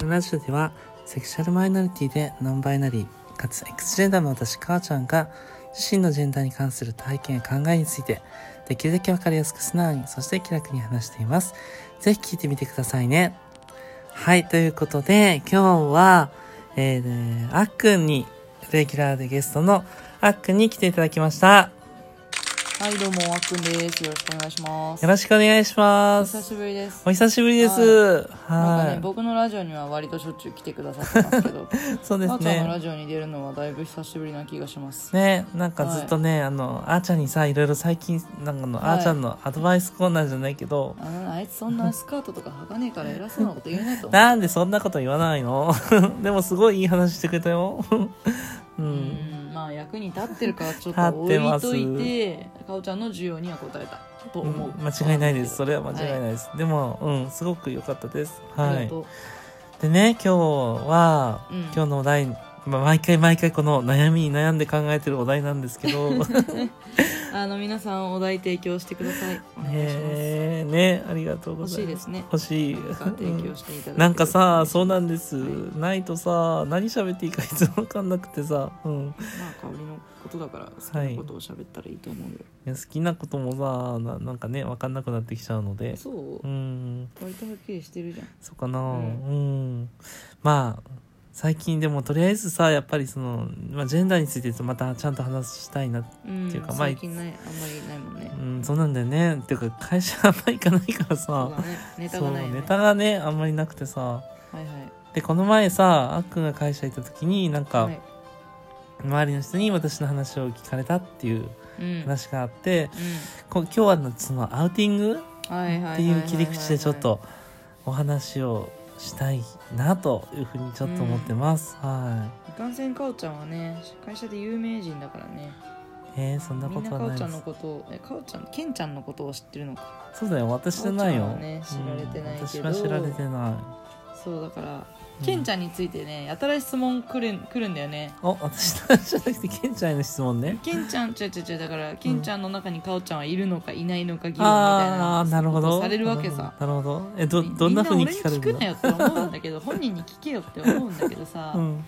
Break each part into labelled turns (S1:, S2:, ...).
S1: のラジオではセクシャルマイノリティでノンバイナリーかつエクスジェンダーの私かーちゃんが自身のジェンダーに関する体験や考えについてできるだけわかりやすく素直にそして気楽に話していますぜひ聞いてみてくださいねはいということで今日はえーね、あっくんにレギュラーでゲストのあっくんに来ていただきました
S2: はい、どうも、あっくんです。よろしくお願いします。
S1: よろしくお願いし
S2: お
S1: ま
S2: 久
S1: す
S2: しぶりです。
S1: お久しぶりです
S2: なんかね、
S1: は
S2: 僕のラジオには割としょっちゅう来てくださってますけど、
S1: いそうで
S2: あ
S1: す
S2: ーちゃんのラ
S1: ね
S2: ジオに出るのはだいぶ久しぶりな気がします。
S1: ねなんかずっとね、あのあーちゃんにさいろいろ最近なんかあの、
S2: は
S1: あ
S2: い
S1: ーちゃんのアドバイスコーナーじゃないけど
S2: あのあいつそんなスカートとか履かねえから偉そうなこと言えないと思 う。
S1: なんでそんなこと言わないの でもすごいいい話してくれたよ う
S2: うんん、まあ役に立ってるからちょっ
S1: 立
S2: と
S1: っ
S2: 置
S1: てま
S2: い
S1: す
S2: といて、かおちゃんの需要には応えたと思う。
S1: 間違いないですそ
S2: れ。
S1: れは間違いないです、でもうんすごく良かったです
S2: あり
S1: は
S2: が
S1: い
S2: とう。
S1: でね今日は、
S2: うん
S1: 今日のお題、まあ、毎回毎回この悩みに悩んで考えてるお題なんですけ どね
S2: あの、皆さんお題提供してください。お願いします。
S1: えねありがとうご
S2: 欲
S1: ざ
S2: し
S1: い
S2: いで
S1: ます
S2: ね。
S1: 欲しい
S2: なんか提供していただいてる
S1: なんかさそうなんです、
S2: は
S1: ないとさ何喋っていいか いつも分かんなくてさ、うん、い
S2: まあ香りのことだから好きなことを喋ったらいいと思うよ、
S1: や好きなこともさななんかね分かんなくなってきちゃうので
S2: そう
S1: うん
S2: 割とはっきりしてるじゃん
S1: そうかなう、
S2: うん
S1: まあ最近でもとりあえずさやっぱりその、まあ、ジェンダーについてまたちゃんと話したいなって
S2: うん
S1: っていうかまあ
S2: 最近ないあんまりないもんね
S1: うん、そうなんだよねっていうか会社あんま行かないから
S2: そう
S1: さ
S2: だねネタがないよ
S1: そう
S2: ね
S1: ネタがねあんまりなくてさ
S2: はいはい
S1: でこの前さあっくんが会社行った時になんか、
S2: はい
S1: 周りの人に私の話を聞かれたっていう
S2: うんうん
S1: 話があって、こ今日はのそのアウティング
S2: はいはい
S1: っていう切り口でちょっとお話をしたいなというふうにちょっと思ってます、はい
S2: かんせんかおちゃんはね会社で有名人だからね
S1: いえー、そんな
S2: み
S1: こ
S2: んな
S1: と
S2: か
S1: は
S2: お
S1: ない
S2: ちゃ
S1: で
S2: んの
S1: す
S2: ことをえかおちゃんけんちゃんのことを知ってるのか
S1: そうだよ私じゃないよ、
S2: かおちゃんはね知られてないけ
S1: う
S2: ど
S1: ん私は知られてない
S2: そうだから
S1: うん
S2: けんちゃんについてねやたら質問くるくるんだよね
S1: お私の話じゃなくてケンちゃんへの質問ね
S2: ケンちゃん、違う違う違う、だから、ケンちゃんの中にカオちゃんはいるのかいないのか議論みたいな。
S1: ああーなるほど
S2: されるわけさ。
S1: なるほどえどどんなふうに聞かれる
S2: みん
S1: の
S2: な俺に聞くなよって思うんだけど、本人に聞けよって思うんだけどさ、
S1: うん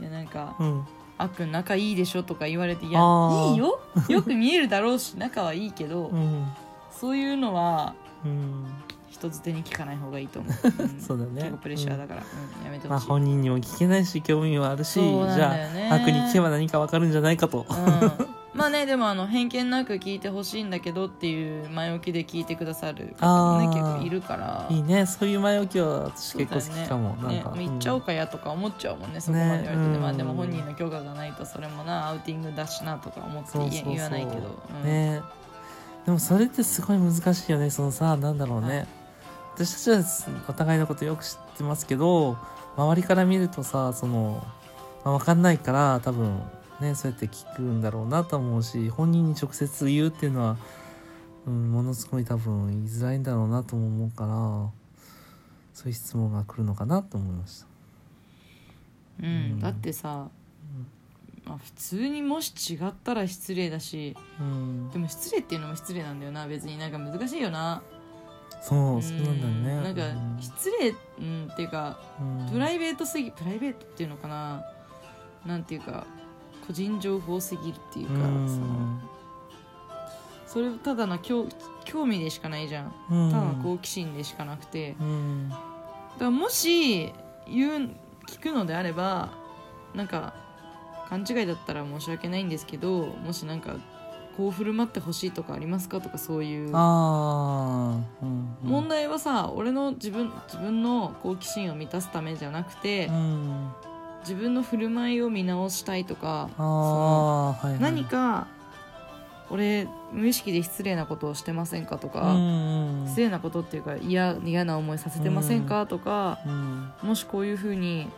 S2: いやなんか、
S1: うん
S2: あっくん仲いいでしょとか言われて、いや、
S1: あー
S2: い いよ。よく見えるだろうし、仲はいいけど、
S1: うん
S2: そういうのは、
S1: うん
S2: 人づてに聞かない方がいいと思う。う ん
S1: そうだね
S2: 結構プレッシャーだから、うんやめて
S1: ま
S2: ほ
S1: あ
S2: しい。
S1: 本人にも聞けないし興味もあるし、
S2: そうなん
S1: じ
S2: だよ
S1: ゃ
S2: ね
S1: あ悪に聞けば何かわかるんじゃないかと
S2: うんまあねでもあの偏見なく聞いてほしいんだけどっていう前置きで聞いてくださる方もね
S1: あー
S2: 結構いるから
S1: いいねそういう前置きは私結構
S2: そうだ
S1: 好
S2: よ
S1: きかも、
S2: ね
S1: なんか、
S2: もう行っちゃおうかやとか思っちゃうもんねそこまで言われてて、
S1: ねうん
S2: まあでも本人の許可がないとそれもなアウティングだしなとか思って
S1: そうそうそう
S2: 言え言わないけど、うん
S1: ねでもそれってすごい難しいよねそのさなんだろうね、
S2: は
S1: 私たちはお互いのことよく知ってますけど周りから見るとさその、まあ、分かんないから多分ねそうやって聞くんだろうなと思うし本人に直接言うっていうのは、うん、ものすごい多分言いづらいんだろうなとも思うからそういう質問が来るのかなと思いました。
S2: うん
S1: うん
S2: だってさ、まあ、普通にもし違ったら失礼だし
S1: うん
S2: でも失礼っていうのも失礼なんだよな別になんか難しいよな
S1: そうう、そうなんだよね。
S2: なんか失礼、うん、っていうか
S1: うん
S2: プライベートすぎプライベートっていうのかななんていうか個人情報すぎるっていうか、
S1: うん
S2: そのそれただの興興味でしかないじゃん
S1: うん
S2: ただの好奇心でしかなくて、
S1: うん
S2: だからもし言う聞くのであればなんか勘違いだったら申し訳ないんですけどもしなんかこう振る舞ってほしいとかありますかとかそういう
S1: ああ、うんうん、
S2: 問題はさ俺の自分自分の好奇心を満たすためじゃなくて、
S1: うん、
S2: 自分の振る舞いを見直したいとか
S1: あ
S2: そ
S1: あ、はい、は
S2: の
S1: い、
S2: 何か俺無意識で失礼なことをしてませんかと
S1: う
S2: か、
S1: んうん
S2: 失礼なことっていうか嫌嫌な思いさせてませんか、とか
S1: うん
S2: もしこういうふうに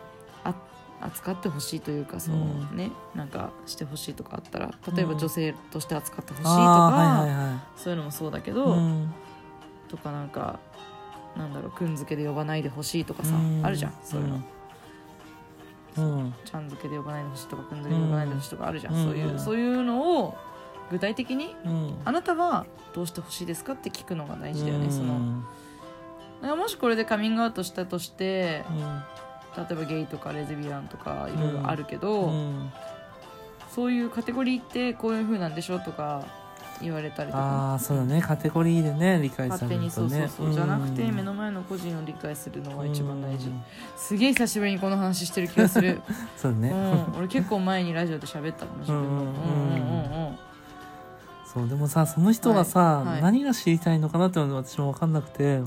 S2: あ扱ってほしいというかその、
S1: う
S2: ねなんかしてほしいとかあったら
S1: ん
S2: 例えば女性として扱ってほしいとか、
S1: あーはいはいはい
S2: そういうのもそうだけど、
S1: うん
S2: とかなんかなんだろうくんづけで呼ばないでほしいとかさ、
S1: うん
S2: あるじゃんそういうの。
S1: うん
S2: ちゃん付けで呼ばないでほしいとかくんづけで呼ばないでほしいとかあるじゃん、
S1: うん
S2: そういう、
S1: うん
S2: そういうのを具体的に
S1: うん
S2: あなたはどうしてほしいですかって聞くのが大事だよね、
S1: うん
S2: そのだからもしこれでカミングアウトしたとして
S1: うん
S2: 例えばゲイとかレズビアンとかいろいろあるけ
S1: う
S2: ど、
S1: ん、
S2: そういうカテゴリーってこういう風なんでしょとか言われたりとか
S1: ああそうだねカテゴリーでね理解さ
S2: 勝
S1: れ
S2: 手
S1: るとね
S2: にそうそうそう、じゃなくて目
S1: の
S2: の前の個人を理解するのが一番大事、すげえ久しぶりにこの話してる気が する、
S1: そうだ
S2: う
S1: ね、
S2: ん、俺結構前にラジオで喋ったかもしれない、
S1: う
S2: うんん
S1: う
S2: うん
S1: うん
S2: んうんうん、
S1: そうでもさその人がさ、
S2: はいはい
S1: 何が知りたいのかなっていうのが私も分かんなくて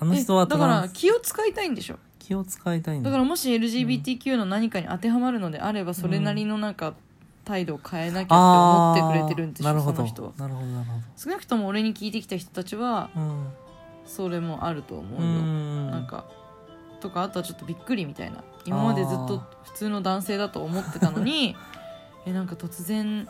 S1: あの
S2: え
S1: 人は
S2: だ
S1: ト
S2: か
S1: ラ
S2: ら
S1: ンス
S2: 気を使いたいんでしょ
S1: 気を使いたいん
S2: だからもし LGBTQ の何かに当てはまるのであればそれなりのなんか態度を変えなきゃって思ってくれてるんでしょ、
S1: あーなるほ
S2: そ
S1: ど
S2: の人は
S1: なるほどなるほ
S2: 少なくとも俺に聞いてきた人たちは
S1: どうん
S2: それもあると思
S1: う
S2: うよ、
S1: ん
S2: なんかとかあとはちょっとびっくりみたいな今までずっと普通の男性だと思ってたの にえなんか突然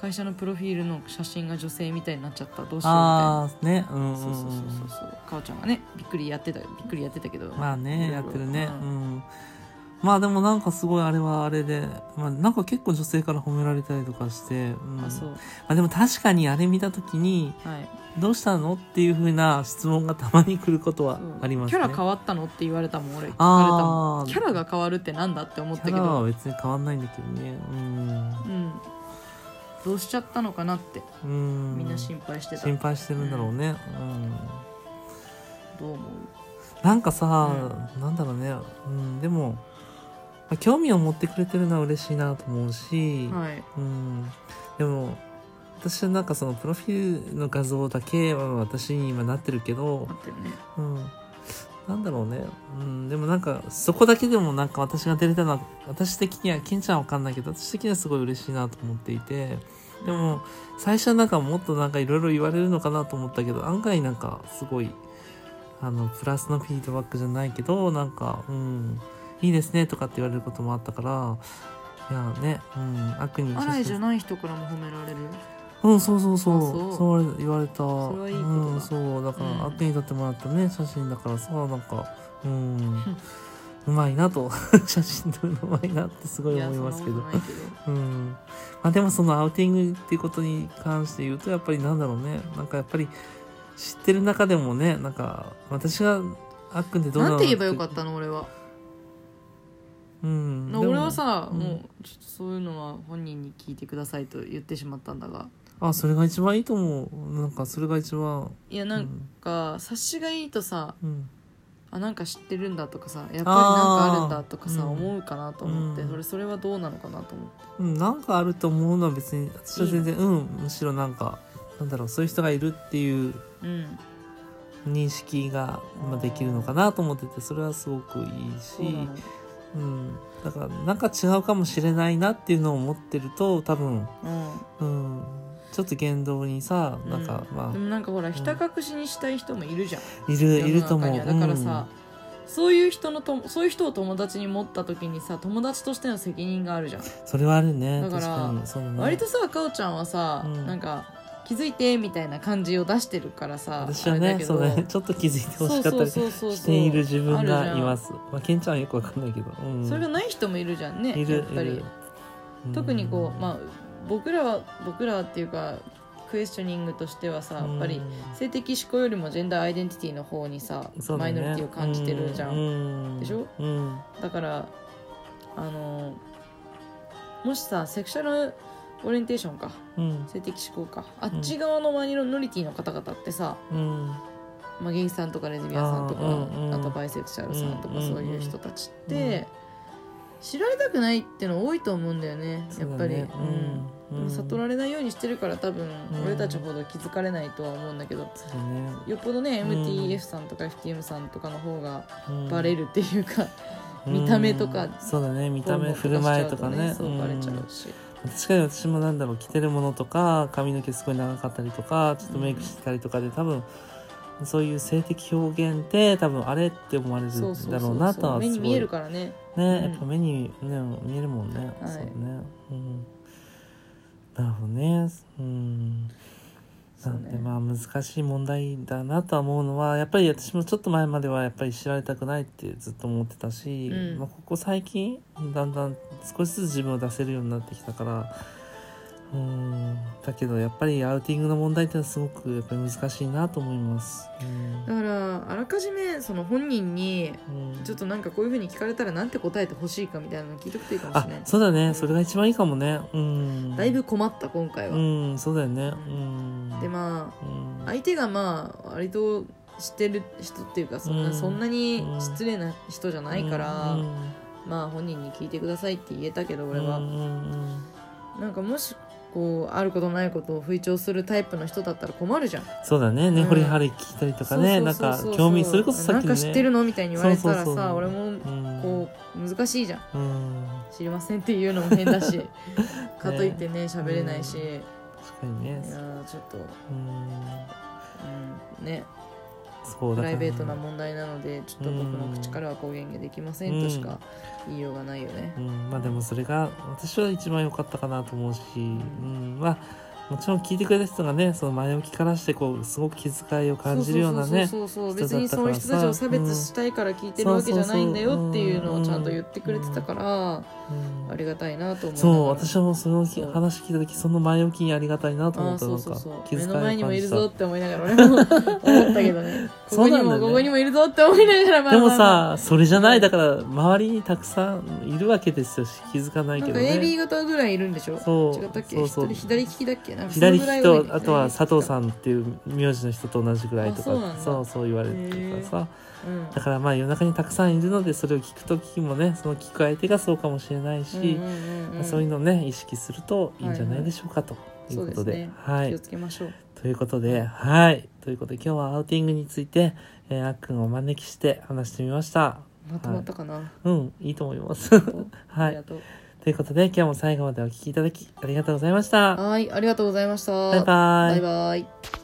S2: 会社のプロフィールの写真が女性みたいになっちゃったどうしようみたいな
S1: ああねうんうん
S2: そうそうそうそうそうかおちゃんがねびっくりやってたびっくりやってたけど
S1: まあね
S2: いろ
S1: や
S2: い
S1: っ
S2: ろ
S1: てるね
S2: う
S1: うんんまあでもなんかすごいあれはあれで、まあ、なんか結構女性から褒められたりとかして、うん
S2: あそう
S1: まあ、でも確かにあれ見た時に
S2: はい
S1: 「どうしたの?」っていうふうな質問がたまに来ることはあります
S2: キ
S1: ね
S2: ャラ変わったのって言われたもん俺聞かれたもん
S1: ああ
S2: キャラが変わるってなんだって思ったけ
S1: キャラは
S2: ど、
S1: 別に変わんないんだけどね
S2: うん、どうしちゃったのかなって
S1: うんうん
S2: みんな心配してた、
S1: 心配してるんだろうねうん
S2: どう思う
S1: なんかさ、なんだろうね、うん、でも、まあ興味を持ってくれてるのは嬉しいなと思うし、
S2: はい
S1: うん、でも私はなんかそのプロフィールの画像だけは私に今なってるけど
S2: 待、ってるね
S1: うん、なんだろうね、うん、でもなんかそこだけでもなんか私が出れたのは私的にはケンちゃんは分かんないけど私的にはすごい嬉しいなと思っていてでも最初はなんかもっとなんかいろいろ言われるのかなと思ったけど案外なんかすごいあのプラスのフィードバックじゃないけどなんかうんいいですねとかって言われることもあったからいやね、うん、悪に
S2: アライじゃ
S1: な
S2: ない人からも褒められる
S1: うんそうそうそう
S2: あ
S1: そ
S2: そうう
S1: 言われた
S2: れはいいことだ
S1: うん、そうだから、
S2: うん
S1: 悪に撮ってもらったね写真だからさなんかうん うまいなと 写真撮るのうまいなってすごい思いますけ
S2: い
S1: ど
S2: やそんなことない
S1: うんまあ、でもそのアウティングっていうことに関して言うとやっぱりなんだろうねなんかやっぱり知ってる中でもねなんか私があっくんってど
S2: け
S1: う
S2: ど
S1: な
S2: な
S1: の
S2: んて言えばよかったの俺は
S1: うん、でも
S2: 俺はさ、
S1: うん
S2: もうちょっとそういうのは本人に聞いてくださいと言ってしまったんだが
S1: あそれが一番いいと思うなんかそれが一番
S2: いやなんか、察しがいいとさ
S1: うん
S2: あなんか知ってるんだとかさやっぱりなんかあるんだとかさ
S1: あーうん
S2: 思うかなと思って、
S1: うん
S2: それそれはどうなのかなと思って
S1: うん、なんかあると思うのは別に私は全然うんむしろなんかなんだろうそういう人がいるっていう
S2: うん
S1: 認識がまあできるのかなと思っててそれはすごくいい
S2: そうな
S1: し
S2: の
S1: うん、だからなんか違うかもしれないなっていうのを持ってると多分、
S2: うん
S1: うん、ちょっと言動にさ
S2: うん
S1: なんか、ま
S2: でもなんかほらひた隠しにしたい人もいるじゃん、
S1: あいる
S2: 世
S1: い
S2: の
S1: ると思
S2: 中に
S1: う。
S2: はだからさ、そういう人のとそういう人を友達に持った時にさ友達としての責任があるじゃん、
S1: うん、それはあるね
S2: だから
S1: 確かにそうだね
S2: 割とさかおちゃんはさ、
S1: うん
S2: なんか気づいてみたいな感じを出してるからさ
S1: 私はねそうだねちょっと気づいてほしかったりし
S2: そうそうそうそう
S1: ている自分がいますす。まあ、ケンちゃんはよくわかんないけど、うん、
S2: それがない人もいるじゃんね
S1: いる
S2: やっぱり
S1: いる
S2: 特にこう、
S1: あ
S2: まあ、僕らは僕らはっていうかクエスチョニングとしてはさやっぱり性的指向よりもジェンダーアイデンティティの方にさ、マイノリティを感じてるじゃん、
S1: ん
S2: でしょ、
S1: うん
S2: だからあのもしさセクシャルオリエンテーションか
S1: うん
S2: 性的指向かあ
S1: ん
S2: っち側のマイノリティの方々ってさ、
S1: うん
S2: まあ、ゲイさんとかレズビアンさんとか
S1: あ
S2: あ,、
S1: ーうんうん
S2: とバイセクシャルさんと
S1: うん
S2: か
S1: うんうん
S2: そういう人たちって、知られたくないっての多いと思うんだよねやっぱり。
S1: そうだね
S2: う
S1: うんん
S2: でも悟られないようにしてるから多分
S1: ん
S2: 俺たちほど気づかれないとは思うんだけど、
S1: そうだね
S2: よっぽどね
S1: うん
S2: MTF さんとか FTM さんとかの方が
S1: うん
S2: バレるっていうか、
S1: うん
S2: 見た目とか
S1: そうだね 見
S2: 見
S1: た目振る舞いとかね
S2: そうバレちゃ
S1: ん
S2: うし、
S1: 確かに私もなんだろう着てるものとか髪の毛すごい長かったりとかちょっとメイクしてたりとかで多分そういう性的表現って多分あれって思われる
S2: そうそ
S1: んだ
S2: うそう
S1: ろ
S2: そうう
S1: なとは
S2: 目に
S1: すご
S2: 見える
S1: い
S2: からね
S1: ね
S2: う
S1: や
S2: ん
S1: っぱ目にね見えるもんね
S2: はい
S1: そうねうんなるほどねうん
S2: そう
S1: なん
S2: ね
S1: でまあ難しい問題だなとは思うのはやっぱり私もちょっと前まではやっぱり知られたくないってずっと思ってたし、
S2: うん
S1: まあ、ここ最近だんだん少しずつ自分を出せるようになってきたからうんだけどやっぱりアウティングの問題ってのはすごくやっぱり難しいなと思います。
S2: だからあらかじめその本人に
S1: うんうん
S2: ちょっとなんかこういうふうに聞かれたらなんて答えてほしいかみたいなの聞いとくといいかもし
S1: あ
S2: れない
S1: そうだねそれが一番いいかもね。うん、
S2: だいぶ困った今回は、
S1: うんそうだよね。うん、
S2: でま
S1: うん
S2: あ相手がまあ割と知ってる人っていうかそんな,、
S1: うん
S2: そんなに失礼な人じゃないから、
S1: うん
S2: まあ本人に聞いてくださいって言えたけど俺は、
S1: うんうん
S2: なんかもしこうあることないことを吹聴するタイプの人だったら困るじゃん
S1: そうだね
S2: う
S1: 根
S2: ん
S1: 掘り葉掘り聞いたりとかね、
S2: そう
S1: なん
S2: そう
S1: か
S2: そうそう
S1: 興味それこそさっきのね
S2: なんか知ってるのみたいに言われたらさ
S1: そうそうそう
S2: 俺も
S1: うん
S2: こう難しいじゃ
S1: う
S2: ん
S1: ん
S2: 知りませんっていうのも変 だし、かといってね喋れないし、
S1: う確かにね
S2: いやーちょっと、
S1: うん
S2: うん、ね
S1: そうだか
S2: プラ
S1: ら
S2: イベートな問題なのでちょっと僕の口からは公言ができませんとしか言いようがないよね
S1: う、ん、まあでもそれが私は一番良かったかなと思うし、うん、まあもちろん聞いてくれた人がねその前置きからしてこうすごく気遣いを感じるようなね
S2: そうそうそうそう
S1: 人
S2: 別
S1: だっ
S2: に
S1: た
S2: そ
S1: から
S2: の人たちを差別したいから聞いてるわけじゃないんだよっていうのをちゃんと言ってくれてたから
S1: うん
S2: ありがたいなと思
S1: そう
S2: ながら
S1: 私はもうその日
S2: そう
S1: 話聞いた時その前置きにありがたいなと
S2: あ
S1: 思
S2: あ
S1: った
S2: そ
S1: な
S2: うんそう
S1: か
S2: そう
S1: 気
S2: 目
S1: 遣い
S2: の前にもいるぞ
S1: を
S2: っ
S1: 感
S2: て思いながら俺も思ったけどねここ
S1: そ
S2: に
S1: うな
S2: も
S1: んだよね
S2: ここにもいるぞって思いながら
S1: じ
S2: ま
S1: た
S2: あ
S1: で
S2: ま
S1: も
S2: あまあ
S1: さそれじゃないだから周りにたくさんいるわけですよ気づかない
S2: な
S1: け
S2: ん
S1: ど
S2: か
S1: ね
S2: AB 型ぐらいいるんでしょ
S1: そう
S2: 違ったっけ
S1: そうそう
S2: 一人左利きだっけなんかその
S1: 左
S2: ぐら
S1: 利き
S2: いはね
S1: とあとは佐藤さんっていう名字の人と同じぐらいと
S2: あそうなん
S1: か
S2: だ
S1: そうそう言われてるからさ
S2: うん
S1: だからまあ夜中にたくさんいるのでそれを聞く時もねその聞く相手がそうかもしれないし、
S2: うんうんうんうん
S1: そういうのをね意識するといいんじゃないでしょうかとい
S2: そう
S1: う
S2: で
S1: こと
S2: す
S1: で,、
S2: ね
S1: はい
S2: 気をつけましょう
S1: ということではいということで今日はアウティングについて、えーあっくんをお招きして話してみました
S2: まとまったかな、
S1: うんいいと思います
S2: あ
S1: は
S2: りが
S1: い
S2: とう
S1: ということで今日も最後までお聞きいただきありがとうございました
S2: はいありがとうございました
S1: バイバイ
S2: バイバイ